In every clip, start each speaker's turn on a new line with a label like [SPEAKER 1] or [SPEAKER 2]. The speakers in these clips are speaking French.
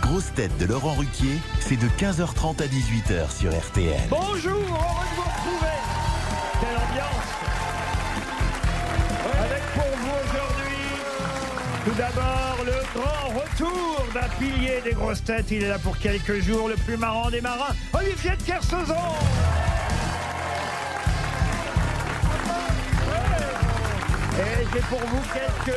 [SPEAKER 1] grosses têtes de Laurent Ruquier, c'est de 15h30 à 18h sur RTL.
[SPEAKER 2] Bonjour, heureux de vous retrouver. Quelle ambiance Avec pour vous aujourd'hui, tout d'abord, le grand retour d'un pilier des grosses têtes. Il est là pour quelques jours, le plus marrant des marins, Olivier de Kersauzon. Et j'ai pour vous quelques,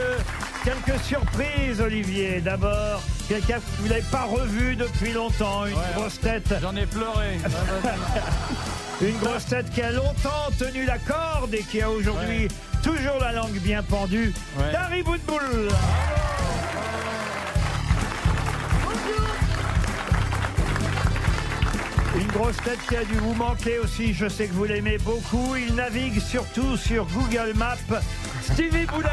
[SPEAKER 2] quelques surprises, Olivier. D'abord, quelqu'un que vous n'avez pas revu depuis longtemps, une grosse tête.
[SPEAKER 3] J'en ai pleuré.
[SPEAKER 2] Une grosse tête qui a longtemps tenu la corde et qui a aujourd'hui toujours la langue bien pendue.
[SPEAKER 3] Ouais.
[SPEAKER 2] Dari Boudboul Une grosse tête qui a dû vous manquer aussi, je sais que vous l'aimez beaucoup. Il navigue surtout sur Google Maps. Stevie Boulet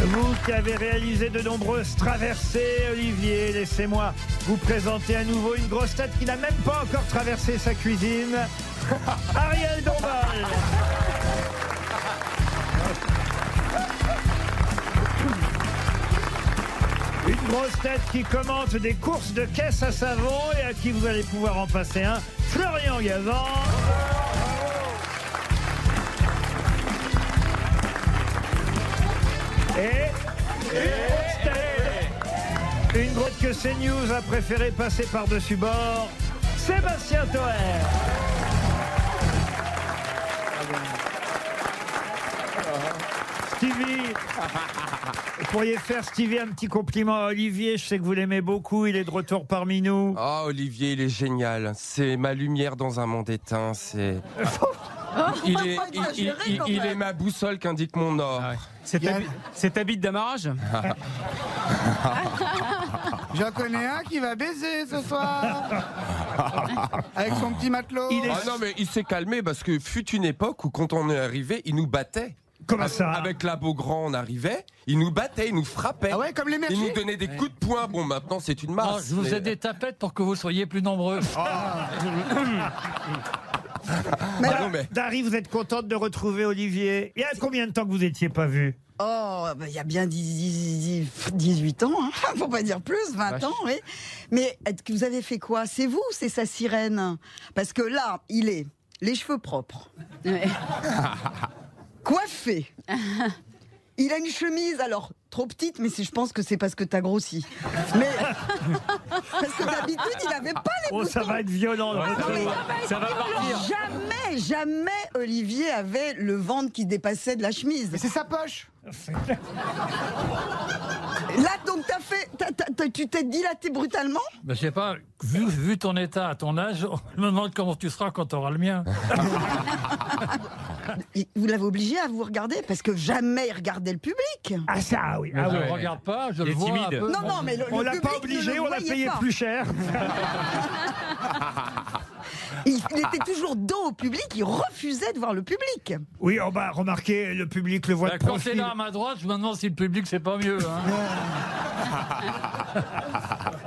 [SPEAKER 2] Vous qui avez réalisé de nombreuses traversées, Olivier, laissez-moi vous présenter à nouveau une grosse tête qui n'a même pas encore traversé sa cuisine. Ariel Dombal Une grosse tête qui commente des courses de caisse à savon et à qui vous allez pouvoir en passer un. Florian Gazan. Et une grosse tête. Une grosse que CNews a préféré passer par-dessus bord. Sébastien Toer. Stevie, vous pourriez faire Stevie un petit compliment à Olivier. Je sais que vous l'aimez beaucoup. Il est de retour parmi nous.
[SPEAKER 4] Ah, Olivier, il est génial. C'est ma lumière dans un monde éteint. C'est. Il est, il, il- il- il est ma boussole qu'indique mon nord.
[SPEAKER 3] Ah ouais. C'est ta, bi- c'est ta bite d'amarrage
[SPEAKER 5] J'en connais un qui va baiser ce soir avec son petit matelot.
[SPEAKER 2] Il est-
[SPEAKER 4] Ah non, mais il s'est calmé parce que fut une époque où, quand on est arrivé, il nous battait.
[SPEAKER 2] Comment
[SPEAKER 4] Avec-
[SPEAKER 2] ça
[SPEAKER 4] Avec la Beaugrand, on arrivait, il nous battait, il nous frappait.
[SPEAKER 5] Ah ouais, comme les
[SPEAKER 4] il nous
[SPEAKER 5] merci.
[SPEAKER 4] donnait des coups de poing. Bon, maintenant, c'est une masse.
[SPEAKER 6] Oh, je vous ai des tapettes pour que vous soyez plus nombreux.
[SPEAKER 4] Ah non, mais-
[SPEAKER 2] Dari, vous êtes contente de retrouver Olivier. Il y a combien de temps que vous n'étiez pas vu
[SPEAKER 7] Oh, bah, il y a bien 10, 10, 18 ans, hein. faut pas dire plus, 20 ans, oui. Mais est-ce que vous avez fait quoi C'est vous ou c'est sa sirène Parce que là, il est les cheveux propres, coiffé. Il a une chemise, alors trop petite, mais c'est- je pense que c'est parce que t'as grossi. Mais parce que d'habitude, il n'avait pas les
[SPEAKER 2] Oh, ça
[SPEAKER 7] boutons.
[SPEAKER 2] va être violent. le retour.
[SPEAKER 3] Ça va partir.
[SPEAKER 7] Jamais, jamais Olivier avait le ventre qui dépassait de la chemise.
[SPEAKER 5] Mais c'est sa poche.
[SPEAKER 7] Là, donc, t'as fait, t'as- t'as- t'as- tu t'es dilaté brutalement
[SPEAKER 6] Ben, je sais pas, vu, vu ton état à ton âge, je me demande comment tu seras quand tu auras le mien.
[SPEAKER 7] Et Vous l'avez obligé à vous regarder parce que jamais il regardait le public.
[SPEAKER 2] Ah ça, oui.
[SPEAKER 6] Je
[SPEAKER 2] Ah,
[SPEAKER 6] ne
[SPEAKER 2] oui.
[SPEAKER 3] ouais.
[SPEAKER 6] regarde pas, je
[SPEAKER 3] Il
[SPEAKER 6] le
[SPEAKER 3] est
[SPEAKER 6] vois un
[SPEAKER 3] timide.
[SPEAKER 6] peu.
[SPEAKER 7] Non, non, mais le,
[SPEAKER 2] Euh, On
[SPEAKER 7] le
[SPEAKER 2] l'a
[SPEAKER 7] public
[SPEAKER 2] pas
[SPEAKER 7] ne
[SPEAKER 2] obligé,
[SPEAKER 7] le
[SPEAKER 2] on l'a
[SPEAKER 7] voyait
[SPEAKER 2] payé
[SPEAKER 7] pas.
[SPEAKER 2] plus cher.
[SPEAKER 7] Il, il était toujours dos au public, il refusait de voir le public.
[SPEAKER 2] Oui, on va remarquer, le public le voit de
[SPEAKER 6] Ben, Quand c'est
[SPEAKER 2] profil.
[SPEAKER 6] là à ma droite, je me demande si le public c'est pas mieux. hein.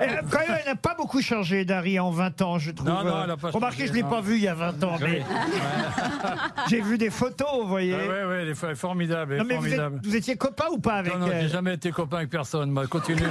[SPEAKER 2] Eh, Quand même, elle n'a pas beaucoup changé, Dari, en 20 ans, je trouve.
[SPEAKER 6] Non, non, elle n'a pas
[SPEAKER 2] Remarquez,
[SPEAKER 6] changé,
[SPEAKER 2] je ne l'ai
[SPEAKER 6] non.
[SPEAKER 2] pas vu il y a 20 ans, mais j'ai vu des photos, vous voyez.
[SPEAKER 6] Ah ouais, ouais, elle est fa- formidable, elle
[SPEAKER 2] Non,
[SPEAKER 6] est
[SPEAKER 2] mais vous, êtes-
[SPEAKER 6] formidable.
[SPEAKER 2] vous étiez copain ou pas avec
[SPEAKER 6] Non, non, j'ai
[SPEAKER 2] elle
[SPEAKER 6] jamais été copain avec personne. moi. Continue,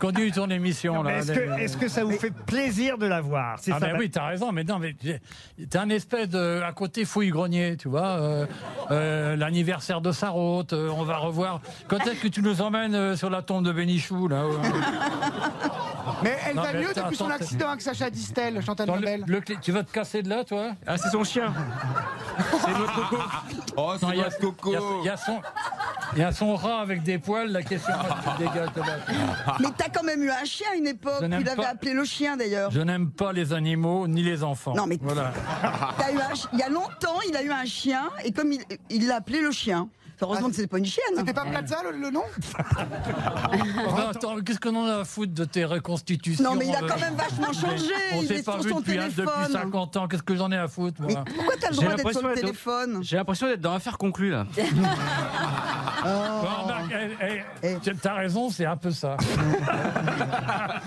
[SPEAKER 6] continue ton émission.
[SPEAKER 2] Mais
[SPEAKER 6] là.
[SPEAKER 2] Est-ce
[SPEAKER 6] Allez, euh,
[SPEAKER 2] que,
[SPEAKER 6] allez.
[SPEAKER 2] est-ce que ça vous fait plaisir de la voir C'est
[SPEAKER 6] Ah
[SPEAKER 2] ça, bah
[SPEAKER 6] ben
[SPEAKER 2] ma-
[SPEAKER 6] oui, t'as raison, mais non, mais j'ai- t'as un espèce de à côté fouille grenier, tu vois. euh, euh, L'anniversaire de Sarraute, euh, on va revoir. Quand est-ce que tu nous emmènes euh, sur la tombe de Bénichou là euh, où-
[SPEAKER 5] Mais elle
[SPEAKER 6] Non,
[SPEAKER 5] va
[SPEAKER 6] mais
[SPEAKER 5] mieux
[SPEAKER 6] attends,
[SPEAKER 5] depuis son
[SPEAKER 6] attends,
[SPEAKER 5] accident avec Sacha Distel, Chantal
[SPEAKER 6] Dans le-
[SPEAKER 5] Nobel.
[SPEAKER 6] le clé- Tu vas te casser de là, toi
[SPEAKER 3] Ah, c'est son chien.
[SPEAKER 7] Ah,
[SPEAKER 3] C'est notre coco.
[SPEAKER 4] Oh, c'est
[SPEAKER 6] Non, il y a-
[SPEAKER 4] notre coco.
[SPEAKER 6] il y a- il y a son- il y a son rat avec des poils, la question qui dégage de là.
[SPEAKER 2] Ah.
[SPEAKER 7] Mais t'as quand même eu un chien à une époque,
[SPEAKER 6] Je
[SPEAKER 7] tu
[SPEAKER 6] n'aime
[SPEAKER 7] l'avais
[SPEAKER 6] pas-
[SPEAKER 7] appelé le chien d'ailleurs.
[SPEAKER 6] Je n'aime pas les animaux ni les enfants.
[SPEAKER 7] Non, mais-
[SPEAKER 6] voilà.
[SPEAKER 7] T'as eu un chi- Il y a longtemps, il a eu un chien et comme il il l'a appelé le chien.
[SPEAKER 2] Ah,
[SPEAKER 7] Heureusement que c'est pas une chienne. hein.
[SPEAKER 5] C'était pas Plaza le, le nom
[SPEAKER 6] Enfin, attends, qu'est-ce qu'on en a à foutre de tes reconstitutions
[SPEAKER 7] Non, mais il a
[SPEAKER 6] euh,
[SPEAKER 7] quand même vachement changé.
[SPEAKER 6] On
[SPEAKER 7] Il
[SPEAKER 6] s'est
[SPEAKER 7] est
[SPEAKER 6] pas
[SPEAKER 7] sur
[SPEAKER 6] vu
[SPEAKER 7] son
[SPEAKER 6] depuis, hein,
[SPEAKER 7] téléphone.
[SPEAKER 6] depuis 50 ans. Qu'est-ce que j'en ai à foutre moi
[SPEAKER 7] Mais pourquoi t'as le
[SPEAKER 3] J'ai
[SPEAKER 7] droit d'être sur
[SPEAKER 3] l'impression
[SPEAKER 7] le
[SPEAKER 3] d'être-
[SPEAKER 7] téléphone
[SPEAKER 3] J'ai l'impression d'être dans affaire conclue là.
[SPEAKER 6] Bon, remarque, eh, eh,
[SPEAKER 7] Eh.
[SPEAKER 6] tu- T'as raison, c'est un peu ça.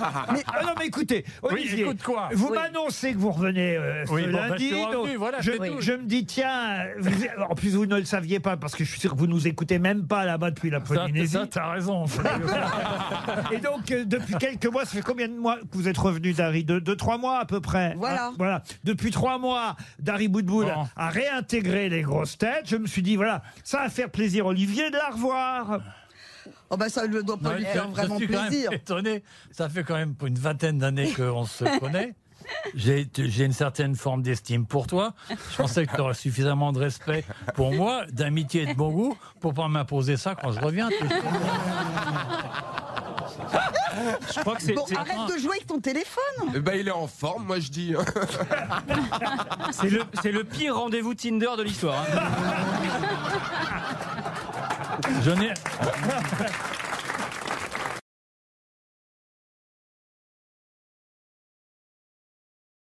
[SPEAKER 2] Ah non, mais écoutez, Olivier,
[SPEAKER 6] écoute quoi
[SPEAKER 2] vous
[SPEAKER 6] Oui.
[SPEAKER 2] m'annoncez que vous revenez euh, ce
[SPEAKER 6] Oui, bon, bah, je
[SPEAKER 2] lundi.
[SPEAKER 6] suis revenu,
[SPEAKER 2] donc
[SPEAKER 6] voilà,
[SPEAKER 2] je,
[SPEAKER 6] c'est tout.
[SPEAKER 2] je me dis, tiens, vous- en plus vous ne le saviez pas, parce que je suis sûr que vous nous écoutez même pas là-bas depuis la
[SPEAKER 6] Ça,
[SPEAKER 2] Polynésie.
[SPEAKER 6] ça, t'as raison.
[SPEAKER 2] Et donc, euh, depuis quelques mois, ça fait combien de mois que vous êtes revenu, Dari deux, deux, trois mois à peu près.
[SPEAKER 7] Voilà.
[SPEAKER 2] Ah, voilà. Depuis trois mois, Dari Boudboul
[SPEAKER 6] Bon.
[SPEAKER 2] a réintégré les grosses têtes. Je me suis dit, voilà, ça va faire plaisir, Olivier, de la revoir.
[SPEAKER 7] Oh bah ça ne doit pas lui faire vraiment
[SPEAKER 6] je suis quand
[SPEAKER 7] plaisir.
[SPEAKER 6] même étonné. Ça fait quand même pour une vingtaine d'années qu'on se connaît. J'ai j'ai une certaine forme d'estime pour toi. Je pensais que tu aurais suffisamment de respect pour moi, d'amitié et de bon goût pour pas m'imposer ça quand je reviens.
[SPEAKER 3] Je crois que c'est
[SPEAKER 7] Bon,
[SPEAKER 3] c'est-
[SPEAKER 7] arrête de jouer avec ton téléphone.
[SPEAKER 4] Eh ben, il est en forme, moi je dis.
[SPEAKER 3] c'est le, c'est le pire rendez-vous Tinder de l'histoire. hein.
[SPEAKER 6] Je n'ai